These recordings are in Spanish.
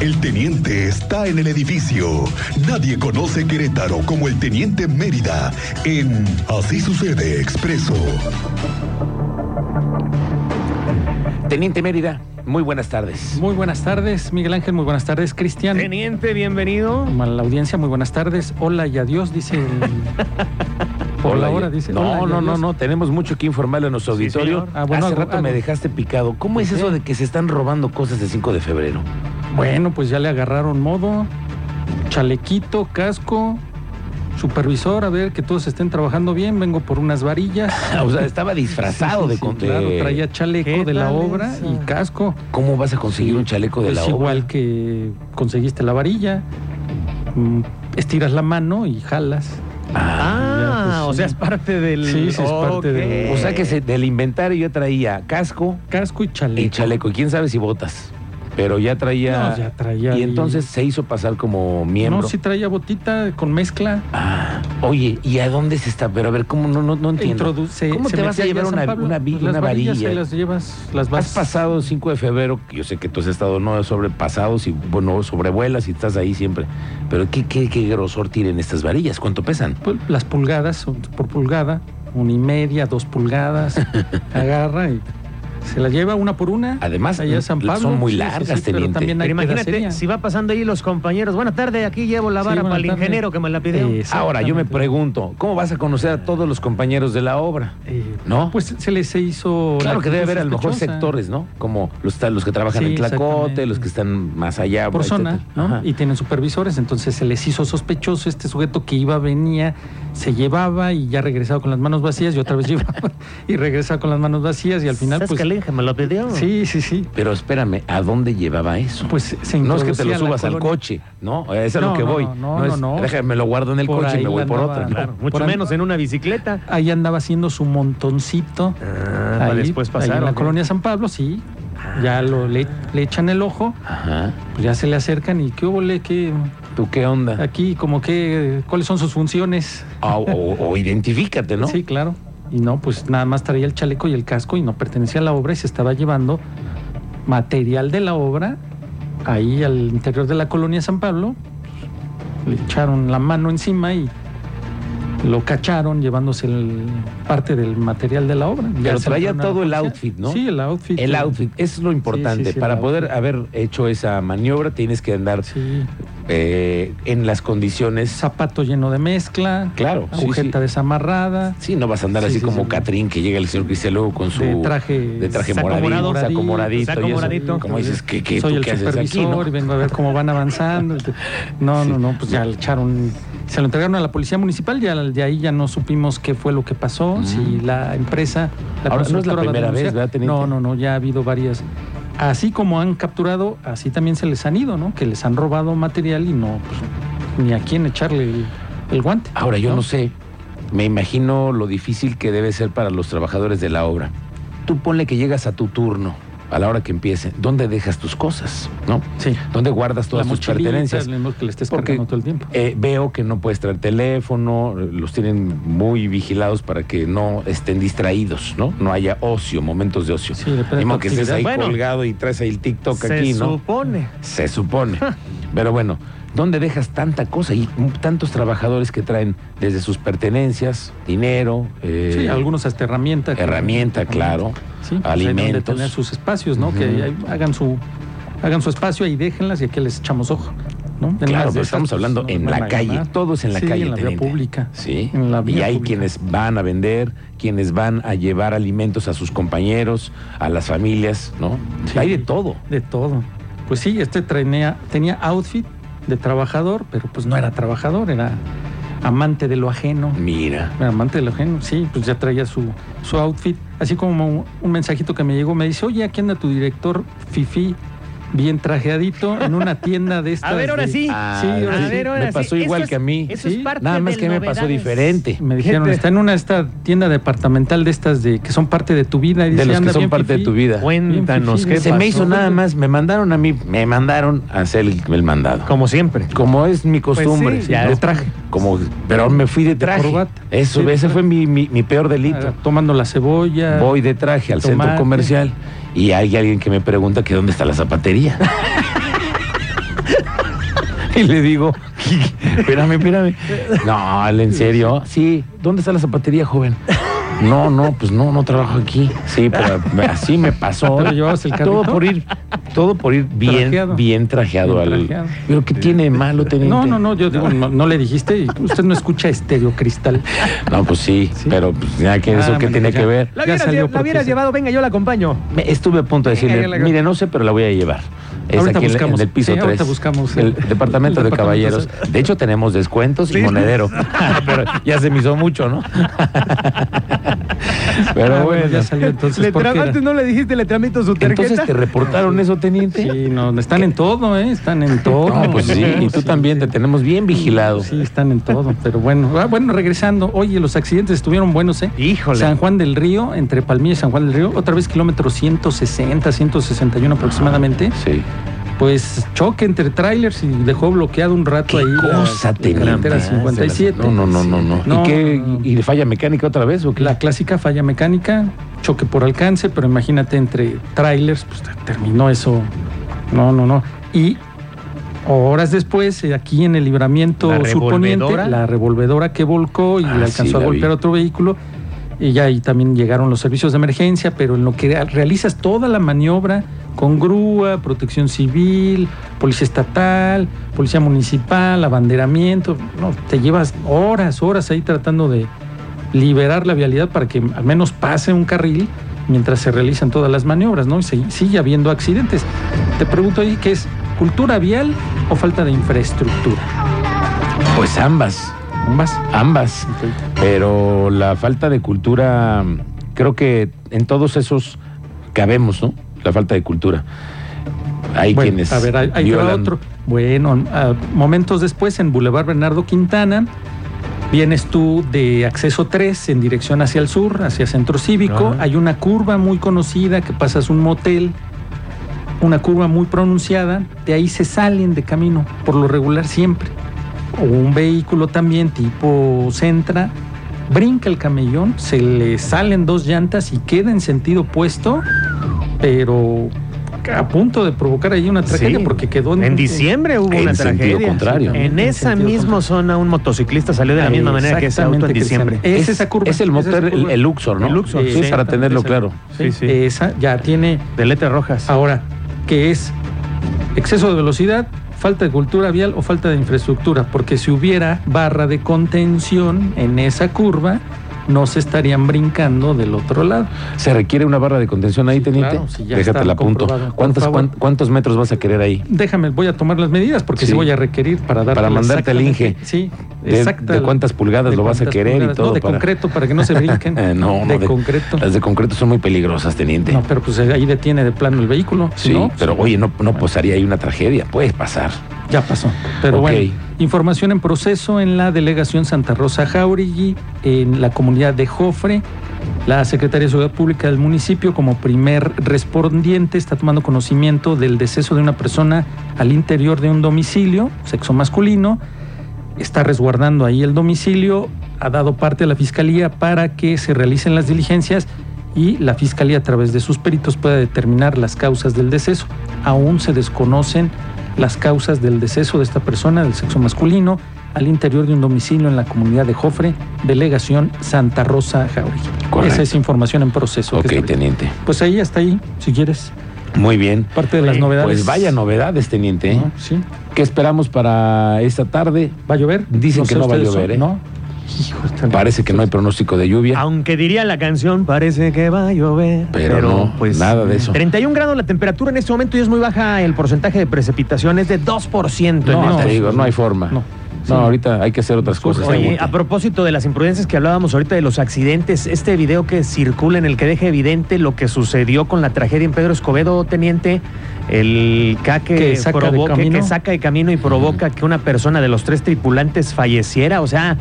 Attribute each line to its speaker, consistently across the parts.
Speaker 1: El teniente está en el edificio. Nadie conoce Querétaro como el teniente Mérida en Así sucede expreso.
Speaker 2: Teniente Mérida, muy buenas tardes.
Speaker 3: Muy buenas tardes, Miguel Ángel, muy buenas tardes, Cristian.
Speaker 4: Teniente, bienvenido.
Speaker 3: A la audiencia, muy buenas tardes. Hola y adiós, dice el... Por la
Speaker 2: Hola,
Speaker 3: hora,
Speaker 2: y-
Speaker 3: dice. hola
Speaker 2: No, no,
Speaker 3: y
Speaker 2: no,
Speaker 3: adiós.
Speaker 2: no, tenemos mucho que informarle a nuestro
Speaker 4: Sí,
Speaker 2: auditorio.
Speaker 4: señor.
Speaker 3: Ah, bueno,
Speaker 2: Hace
Speaker 3: algo-
Speaker 2: rato me
Speaker 3: algo.
Speaker 2: dejaste picado. ¿Cómo es
Speaker 3: ¿Por
Speaker 2: eso
Speaker 3: qué?
Speaker 2: de que se están robando cosas de 5 de febrero?
Speaker 3: Bueno, pues ya le agarraron modo. Chalequito, casco, supervisor, a ver que todos estén trabajando bien. Vengo por unas varillas.
Speaker 2: o sea, estaba disfrazado
Speaker 3: Sí,
Speaker 2: de
Speaker 3: sí,
Speaker 2: con- de-
Speaker 3: Claro, traía chaleco
Speaker 4: ¿Qué
Speaker 3: de la
Speaker 4: tal
Speaker 3: obra
Speaker 4: esa?
Speaker 3: y casco.
Speaker 2: ¿Cómo vas a conseguir
Speaker 3: Sí,
Speaker 2: un chaleco de
Speaker 3: es
Speaker 2: la obra?
Speaker 3: igual que conseguiste la varilla, mm, estiras la mano y jalas.
Speaker 4: Ah,
Speaker 3: ya, pues,
Speaker 4: o
Speaker 3: sí.
Speaker 4: sea, es parte del.
Speaker 3: Sí, sí, es parte
Speaker 4: Ok.
Speaker 3: del-
Speaker 2: O sea que se- del inventario yo traía casco
Speaker 3: Casco y chaleco.
Speaker 2: y chaleco, y quién sabe si botas. Pero ya traía.
Speaker 3: No, ya traía
Speaker 2: y
Speaker 3: ahí-
Speaker 2: entonces se hizo pasar como miembro.
Speaker 3: No, sí traía botita con mezcla.
Speaker 2: Ah, oye, ¿y a dónde se está? Pero a ver, ¿cómo no, no, no entiendo?
Speaker 3: Introduce,
Speaker 2: ¿Cómo
Speaker 3: se
Speaker 2: te vas
Speaker 3: metía
Speaker 2: a llevar
Speaker 3: allá San
Speaker 2: una,
Speaker 3: Pablo?
Speaker 2: una, vi-
Speaker 3: Pues
Speaker 2: una
Speaker 3: las varillas
Speaker 2: varilla? eh.
Speaker 3: ahí las llevas, las vas.
Speaker 2: Has pasado 5 de febrero, yo sé que tú has estado no sobrepasados y bueno, sobrevuelas y estás ahí siempre. Pero ¿qué, qué, qué grosor tienen estas varillas? ¿Cuánto pesan?
Speaker 3: Pues, las pulgadas son por pulgada, una y media, dos pulgadas. agarra y se la lleva una por una.
Speaker 2: Además,
Speaker 3: allá a San
Speaker 2: la-
Speaker 3: Pablo.
Speaker 2: son muy
Speaker 3: Sí, sí,
Speaker 2: largas,
Speaker 3: sí, pero
Speaker 2: teniente.
Speaker 3: también hay
Speaker 4: Pero imagínate,
Speaker 3: pedacería.
Speaker 4: si va pasando ahí los compañeros. Buenas tardes, aquí llevo la
Speaker 3: Sí,
Speaker 4: vara para
Speaker 3: buena
Speaker 4: el
Speaker 3: tarde.
Speaker 4: ingeniero que me la pidió.
Speaker 3: Eh,
Speaker 2: Ahora, yo me
Speaker 3: Exactamente.
Speaker 2: pregunto, ¿cómo vas a conocer a todos los compañeros de la obra?
Speaker 3: Eh,
Speaker 2: ¿No?
Speaker 3: Pues se les hizo.
Speaker 2: Claro
Speaker 3: la
Speaker 2: que debe haber a lo mejor
Speaker 3: sospechosa.
Speaker 2: sectores, ¿no? Como los, ta- los que trabajan
Speaker 3: Sí,
Speaker 2: en Tlacote,
Speaker 3: exactamente.
Speaker 2: los que están más allá.
Speaker 3: por zona,
Speaker 2: etcétera.
Speaker 3: ¿no?
Speaker 2: Ajá.
Speaker 3: Y tienen supervisores, entonces se les hizo sospechoso este sujeto que iba, venía, se llevaba y ya regresaba con las manos vacías y otra vez llevaba y regresaba con las manos vacías y al final
Speaker 4: ¿Sabes
Speaker 3: pues
Speaker 4: que el Inge me lo pidió?
Speaker 3: Sí, sí, sí.
Speaker 2: Pero espérame, ¿a dónde llevaba eso?
Speaker 3: Pues se
Speaker 2: no es que te
Speaker 3: introducía
Speaker 2: lo
Speaker 3: la
Speaker 2: subas al
Speaker 3: colonia.
Speaker 2: coche, ¿no? Eso es a lo
Speaker 3: No,
Speaker 2: que
Speaker 3: no,
Speaker 2: voy.
Speaker 3: no, no,
Speaker 2: es,
Speaker 3: no, no.
Speaker 2: déjame, me lo guardo en el
Speaker 3: Por
Speaker 2: coche y
Speaker 3: ahí
Speaker 2: me voy
Speaker 3: la
Speaker 2: por
Speaker 3: andaba-
Speaker 2: otra.
Speaker 4: Claro,
Speaker 2: ¿no?
Speaker 4: mucho
Speaker 3: Por ahí-
Speaker 4: menos en una bicicleta.
Speaker 3: Ahí andaba haciendo su montoncito.
Speaker 2: Ah,
Speaker 4: para
Speaker 3: ahí,
Speaker 4: después ¿eh? pasar,
Speaker 3: ahí en la
Speaker 2: ¿eh?
Speaker 4: ¿o qué?
Speaker 3: colonia San Pablo, sí.
Speaker 2: Ah.
Speaker 3: Ya lo le, le echan el ojo,
Speaker 2: Ajá.
Speaker 3: pues ya se le acercan y qué obole, que
Speaker 2: ¿Tú qué onda?
Speaker 3: aquí como que cuáles son sus funciones.
Speaker 2: O, o- o identifícate, ¿no?
Speaker 3: Sí, claro. Y no, pues nada más traía el chaleco y el casco y no pertenecía a la obra y se estaba llevando material de la obra ahí al interior de la colonia San Pablo. Le echaron la mano encima y lo cacharon llevándose el- parte del material de la obra. Ya
Speaker 2: Pero
Speaker 3: se
Speaker 2: traía
Speaker 3: entraron a la
Speaker 2: todo el
Speaker 3: policía.
Speaker 2: outfit, ¿no?
Speaker 3: Sí, el outfit.
Speaker 2: El outfit, eso es lo importante.
Speaker 3: sí, sí, el
Speaker 2: Para
Speaker 3: outfit.
Speaker 2: poder haber hecho esa maniobra tienes que andar
Speaker 3: Sí,
Speaker 2: eh, en las condiciones...
Speaker 3: zapato lleno de mezcla.
Speaker 2: Claro, sí,
Speaker 3: Agujeta
Speaker 2: sí.
Speaker 3: desamarrada.
Speaker 2: Sí, no vas a andar
Speaker 3: Sí,
Speaker 2: así
Speaker 3: sí,
Speaker 2: como
Speaker 3: sí.
Speaker 2: Catrín que llega el señor Cristiano con su...
Speaker 3: de traje,
Speaker 2: de traje
Speaker 4: Saco
Speaker 2: moradito,
Speaker 4: morado.
Speaker 2: saco moradito.
Speaker 4: Saco
Speaker 2: y eso.
Speaker 4: moradito.
Speaker 2: Como dices, ¿qué, qué,
Speaker 3: soy
Speaker 2: tú
Speaker 3: el
Speaker 2: qué haces
Speaker 3: supervisor
Speaker 2: aquí? no?
Speaker 3: y vengo a ver cómo van avanzando. No,
Speaker 2: Sí.
Speaker 3: no, no, pues ya le echaron, se lo entregaron a la policía municipal, ya de ahí ya no supimos qué fue lo que pasó,
Speaker 2: Mm.
Speaker 3: si la empresa,
Speaker 2: Ahora, no es
Speaker 3: la
Speaker 2: la
Speaker 3: constructora va a
Speaker 2: primera vez,
Speaker 3: denunciar.
Speaker 2: ¿verdad, teniente?
Speaker 3: No, no, no, ya ha habido varias. Así como han capturado, así también se les han ido, ¿no? Que les han robado material y no, pues, ni a quién echarle el, el guante.
Speaker 2: Ahora, yo ¿no? sé, me imagino lo difícil que debe ser para los trabajadores de la obra. Tú ponle que llegas a tu turno, a la hora que empiece, ¿dónde dejas tus cosas? ¿No?
Speaker 3: Sí.
Speaker 2: ¿Dónde guardas todas
Speaker 3: La
Speaker 2: tus
Speaker 3: mochilita,
Speaker 2: pertenencias?
Speaker 3: lo que le estés
Speaker 2: Porque-
Speaker 3: cargando todo el tiempo.
Speaker 2: Eh, veo que no puedes traer teléfono, los tienen muy vigilados para que no estén distraídos, ¿no? No haya ocio, momentos de ocio.
Speaker 3: Sí, depende de
Speaker 2: Ni
Speaker 3: tu
Speaker 2: modo que estés
Speaker 3: actividad.
Speaker 2: ahí
Speaker 4: Bueno,
Speaker 2: colgado y traes ahí el TikTok
Speaker 4: Se
Speaker 2: aquí, ¿no?
Speaker 4: supone.
Speaker 2: Se supone. Pero bueno, ¿dónde dejas tanta cosa? Y tantos trabajadores que traen desde sus pertenencias, dinero, eh,
Speaker 3: Sí, algunos hasta herramientas.
Speaker 2: herramienta, claro.
Speaker 3: Sí, pues,
Speaker 2: Alimentos.
Speaker 3: ahí deben de tener sus espacios, ¿no?
Speaker 2: Ujú.
Speaker 3: Que ahí hagan su hagan su espacio ahí déjenlas y aquí les echamos ojo, ¿no?
Speaker 2: Claro,
Speaker 3: En más de
Speaker 2: pero
Speaker 3: esas,
Speaker 2: estamos
Speaker 3: pues,
Speaker 2: hablando
Speaker 3: no
Speaker 2: en
Speaker 3: van
Speaker 2: la
Speaker 3: a
Speaker 2: calle,
Speaker 3: ganar.
Speaker 2: todos en la
Speaker 3: Sí,
Speaker 2: calle.
Speaker 3: en la vía
Speaker 2: teniente.
Speaker 3: pública.
Speaker 2: Sí.
Speaker 3: En la
Speaker 2: y
Speaker 3: vía
Speaker 2: hay
Speaker 3: pública.
Speaker 2: quienes van a vender, quienes van a llevar alimentos a sus compañeros, a las familias, ¿no?
Speaker 3: Sí.
Speaker 2: Hay de todo.
Speaker 3: De todo. Pues sí, este trainea- tenía outfit de trabajador, pero pues no era trabajador, era amante de lo ajeno.
Speaker 2: Mira.
Speaker 3: Era amante de lo ajeno, sí, pues ya traía su, su outfit. Así como un, un mensajito que me llegó, me dice, oye, aquí anda tu director Fifi, bien trajeadito, en una tienda de estas.
Speaker 4: A ver, ahora
Speaker 3: de-
Speaker 4: sí.
Speaker 2: Ah,
Speaker 3: Sí, ahora
Speaker 4: a
Speaker 3: sí.
Speaker 4: ver, ahora
Speaker 2: me pasó
Speaker 4: sí.
Speaker 2: igual
Speaker 4: Eso
Speaker 2: que a mí.
Speaker 4: Eso
Speaker 3: Sí,
Speaker 4: es parte
Speaker 2: Nada más
Speaker 4: del
Speaker 2: que me pasó
Speaker 4: novedades.
Speaker 2: diferente.
Speaker 3: Me dijeron, está en una esta tienda departamental de estas de que son parte de tu vida. Y
Speaker 2: De
Speaker 3: dice,
Speaker 2: los que
Speaker 3: anda
Speaker 2: son
Speaker 3: bien
Speaker 2: parte de
Speaker 3: fifí.
Speaker 2: tu vida.
Speaker 4: Cuéntanos,
Speaker 3: Sí,
Speaker 4: ¿qué
Speaker 3: sí,
Speaker 2: Se me
Speaker 4: pasó?
Speaker 2: hizo nada más, me mandaron a mí, me mandaron a hacer el, el mandado.
Speaker 4: Como siempre.
Speaker 2: Como es mi
Speaker 3: Pues
Speaker 2: costumbre.
Speaker 4: sí, ya
Speaker 2: ¿no?
Speaker 4: de traje.
Speaker 2: Como, pero me fui de traje.
Speaker 3: corbata.
Speaker 2: Eso,
Speaker 3: Sí, de
Speaker 2: ese
Speaker 3: traje.
Speaker 2: fue mi, mi- mi peor delito.
Speaker 3: Ah, Tomando la cebolla.
Speaker 2: Voy de traje al centro
Speaker 3: Tomate.
Speaker 2: comercial Y hay alguien que me pregunta que dónde está la zapatería. y le digo, espérame, espérame. No, Ale, en serio. Sí, ¿dónde está la zapatería, joven? No, no, pues no, no trabajo aquí. Sí, pero me- así me pasó.
Speaker 3: ¿Pero llevabas el
Speaker 2: Todo
Speaker 3: carrito?
Speaker 2: por ir, todo por ir bien,
Speaker 3: Trajeado.
Speaker 2: bien trajeado.
Speaker 3: Bien
Speaker 2: al-
Speaker 3: trajeado.
Speaker 2: Pero ¿qué tiene de malo, teniente?
Speaker 3: No, no, no, yo digo, no, no le dijiste y usted no escucha estéreo cristal.
Speaker 2: No, pues sí,
Speaker 3: Sí.
Speaker 2: pero pues, ya que eso,
Speaker 3: Ah,
Speaker 2: ¿qué
Speaker 3: bueno,
Speaker 2: tiene
Speaker 3: ya.
Speaker 2: que ver?
Speaker 4: La
Speaker 3: Ya
Speaker 4: hubieras,
Speaker 3: salió
Speaker 4: lle- la
Speaker 3: porque
Speaker 4: hubieras
Speaker 3: sí.
Speaker 4: llevado, venga, yo la acompaño.
Speaker 2: Me- estuve a punto de
Speaker 4: ya la
Speaker 2: decirle,
Speaker 4: agarré.
Speaker 2: mire, no sé, pero la voy a llevar. Es
Speaker 3: Ahorita
Speaker 2: aquí en la-
Speaker 3: buscamos.
Speaker 2: en el piso
Speaker 3: Sí,
Speaker 2: 3.
Speaker 3: ahorita buscamos
Speaker 2: El,
Speaker 3: el-
Speaker 2: departamento
Speaker 3: el
Speaker 2: de
Speaker 3: departamento
Speaker 2: caballeros. De hecho, tenemos descuentos y monedero. pero ya se me hizo mucho, ¿no? pero
Speaker 3: Ah,
Speaker 2: bueno.
Speaker 3: ya salió entonces.
Speaker 4: Le
Speaker 3: ¿por qué
Speaker 4: tra-
Speaker 3: era?
Speaker 4: antes no le dijiste, le tramito su tarjeta.
Speaker 2: Entonces te reportaron eso, teniente.
Speaker 3: Sí, no, están en todo, ¿eh? Están en todo.
Speaker 2: No, pues sí, y tú
Speaker 3: Sí,
Speaker 2: también
Speaker 3: sí.
Speaker 2: te tenemos bien vigilado.
Speaker 3: Sí, están en todo, pero bueno. Ah, bueno, regresando. Oye, los accidentes estuvieron buenos, ¿eh?
Speaker 4: Híjole.
Speaker 3: San Juan del Río, entre Palmilla y San Juan del Río, otra vez kilómetro 160, 161 aproximadamente.
Speaker 2: Sí.
Speaker 3: Pues choque entre trailers y dejó bloqueado un rato
Speaker 2: ¿Qué
Speaker 3: ahí. la-
Speaker 2: cosa
Speaker 3: la,
Speaker 2: teniente?
Speaker 3: carretera 57.
Speaker 2: No, no, no, no, no.
Speaker 3: No,
Speaker 2: ¿Y qué?
Speaker 3: no, no.
Speaker 2: ¿Y falla mecánica otra vez o qué?
Speaker 3: La clásica falla mecánica, choque por alcance, pero imagínate entre trailers, pues te- terminó eso. No, no, no. Y horas después, eh, aquí en el libramiento
Speaker 4: La
Speaker 3: surponiente,
Speaker 4: revolvedora.
Speaker 3: la revolvedora que volcó y
Speaker 2: Ah,
Speaker 3: le
Speaker 2: sí,
Speaker 3: alcanzó
Speaker 2: la
Speaker 3: a golpear
Speaker 2: vi.
Speaker 3: otro vehículo. Y ya ahí también llegaron los servicios de emergencia, pero en lo que realizas toda la maniobra con grúa, protección civil, policía estatal, policía municipal, abanderamiento, no, te llevas horas, horas ahí tratando de, liberar la vialidad para que al menos pase un carril mientras se realizan todas las maniobras, ¿no? Y se- sigue habiendo accidentes. Te pregunto ahí, ¿qué es cultura vial o falta de infraestructura?
Speaker 2: Pues ambas,
Speaker 3: Ambas.
Speaker 2: ambas. Pero la falta de cultura, creo que en todos esos cabemos, ¿no? La falta de cultura. Hay
Speaker 3: Bueno,
Speaker 2: quienes.
Speaker 3: a ver, ahí, ahí te va
Speaker 2: violan-
Speaker 3: otro. Bueno, a- momentos después en Boulevard Bernardo Quintana, vienes tú de acceso 3 en dirección hacia el sur, hacia Centro Cívico.
Speaker 4: Ajá.
Speaker 3: Hay una curva muy conocida que pasas un motel, una curva muy pronunciada. De ahí se salen de camino, por lo regular siempre. O un vehículo también tipo Centra. Brinca el camellón, se le salen dos llantas y queda en sentido opuesto, pero a punto de provocar ahí una tragedia
Speaker 4: Sí.
Speaker 3: porque quedó
Speaker 4: En diciembre hubo
Speaker 2: En
Speaker 4: una
Speaker 2: sentido
Speaker 4: tragedia.
Speaker 2: contrario.
Speaker 3: En
Speaker 4: En esa
Speaker 3: sentido
Speaker 4: misma
Speaker 3: contrario.
Speaker 4: zona un motociclista salió de la misma manera que ese auto en
Speaker 3: Exactamente,
Speaker 4: diciembre.
Speaker 3: Cristian. Es, esa curva.
Speaker 2: Es el motor,
Speaker 3: esa
Speaker 2: el,
Speaker 3: curva.
Speaker 2: el Luxor, ¿no?
Speaker 4: El Luxor,
Speaker 2: sí,
Speaker 3: sí, Ah,
Speaker 2: para tenerlo claro.
Speaker 3: exactamente,
Speaker 4: Sí, sí.
Speaker 3: Esa ya tiene
Speaker 4: Eh, De letras rojas.
Speaker 3: ahora que es exceso de velocidad, falta de cultura vial o falta de infraestructura, porque si hubiera barra de contención en esa curva, no se estarían brincando del otro lado.
Speaker 2: ¿Se requiere una barra de contención ahí,
Speaker 3: Sí,
Speaker 2: teniente?
Speaker 3: claro, sí, ya
Speaker 2: Déjate
Speaker 3: está
Speaker 2: la punto.
Speaker 3: comprobado. Por
Speaker 2: ¿Cuántos,
Speaker 3: favor.
Speaker 2: cuán- ¿Cuántos metros vas a querer ahí?
Speaker 3: Déjame, voy a tomar las medidas porque
Speaker 2: Sí.
Speaker 3: sí, voy a requerir para dar
Speaker 2: Para mandarte al Inge.
Speaker 3: Sí,
Speaker 2: De- de cuántas pulgadas lo vas a
Speaker 3: cuántas
Speaker 2: querer y todo
Speaker 3: No, de
Speaker 2: para-
Speaker 3: concreto para que no se brinquen.
Speaker 2: Eh, no, no,
Speaker 3: de,
Speaker 2: de-
Speaker 3: concreto.
Speaker 2: Las de concreto son muy peligrosas, teniente.
Speaker 3: No, pero pues ahí detiene de plano el vehículo.
Speaker 2: sí,
Speaker 3: ¿no?
Speaker 2: pero oye, no, no pasaría ahí una tragedia. Puede pasar.
Speaker 3: Ya pasó. Pero
Speaker 2: Ok.
Speaker 3: bueno, información en proceso en la delegación Santa Rosa Jauregui, en la comunidad de Jofre. La Secretaría de Seguridad Pública del municipio, como primer respondiente, está tomando conocimiento del deceso de una persona al interior de un domicilio, sexo masculino. Está resguardando ahí el domicilio, ha dado parte a la fiscalía para que se realicen las diligencias y la fiscalía a través de sus peritos pueda determinar las causas del deceso. Aún se desconocen las causas del deceso de esta persona del sexo masculino al interior de un domicilio en la comunidad de Jofre, delegación Santa Rosa Jauregui.
Speaker 2: Correcto.
Speaker 3: Esa es información en proceso.
Speaker 2: Ok,
Speaker 3: que está-
Speaker 2: teniente.
Speaker 3: Pues ahí hasta ahí, si quieres,
Speaker 2: Muy bien.
Speaker 3: parte de las
Speaker 4: Oye,
Speaker 3: novedades.
Speaker 2: Pues vaya novedades, teniente. ¿eh?
Speaker 3: ¿No? Sí.
Speaker 2: ¿Qué esperamos para esta tarde?
Speaker 3: ¿Va a llover?
Speaker 2: Dicen que
Speaker 3: sé
Speaker 2: no va a
Speaker 3: ustedes,
Speaker 2: llover, ¿eh?
Speaker 3: ¿No? Hijo, está-
Speaker 2: Parece que no hay pronóstico de lluvia.
Speaker 4: Aunque diría la canción, parece que va a llover. pues,
Speaker 2: Pero no,
Speaker 3: pues,
Speaker 2: nada de eso.
Speaker 4: 31 grados la temperatura en este momento y es muy baja el porcentaje de precipitación, es de 2%. en
Speaker 2: No,
Speaker 4: este
Speaker 2: te digo,
Speaker 4: momento.
Speaker 2: no hay forma.
Speaker 3: No.
Speaker 2: No, ahorita hay que hacer otras cosas.
Speaker 4: Oye,
Speaker 2: teniente.
Speaker 3: ah.
Speaker 4: a propósito de las imprudencias que hablábamos ahorita de los accidentes, este video que circula en el que deja evidente lo que sucedió con la tragedia en Pedro Escobedo, teniente, el K que,
Speaker 3: Que saca de
Speaker 4: provoca-
Speaker 3: camino.
Speaker 4: que saca de camino y provoca que una persona de los tres tripulantes falleciera, o sea,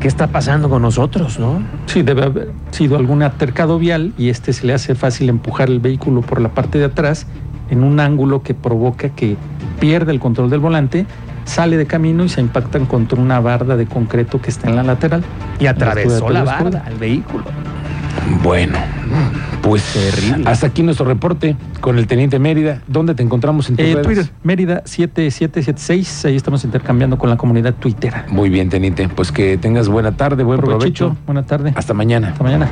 Speaker 4: ¿qué está pasando con nosotros, no?
Speaker 3: Sí, debe haber sido algún altercado vial y este se le hace fácil empujar el vehículo por la parte de atrás en un ángulo que provoca que pierda el control del volante, sale de camino y se impactan contra una barda de concreto que está en la lateral.
Speaker 4: Y
Speaker 3: Estuve de
Speaker 4: atravesó
Speaker 3: Pedro
Speaker 4: la
Speaker 3: Escobedo.
Speaker 4: barda al vehículo.
Speaker 2: Bueno, Pues
Speaker 4: Terrible.
Speaker 2: hasta aquí nuestro reporte con el Teniente Mérida. ¿Dónde te encontramos en tus
Speaker 3: Eh,
Speaker 2: redes?
Speaker 3: Twitter, Mérida 7776. Ahí estamos intercambiando con la comunidad twittera.
Speaker 2: Muy bien, Teniente. Pues que tengas buena tarde, buen provecho.
Speaker 3: Provechito, Buena tarde.
Speaker 2: Hasta mañana.
Speaker 3: Hasta mañana.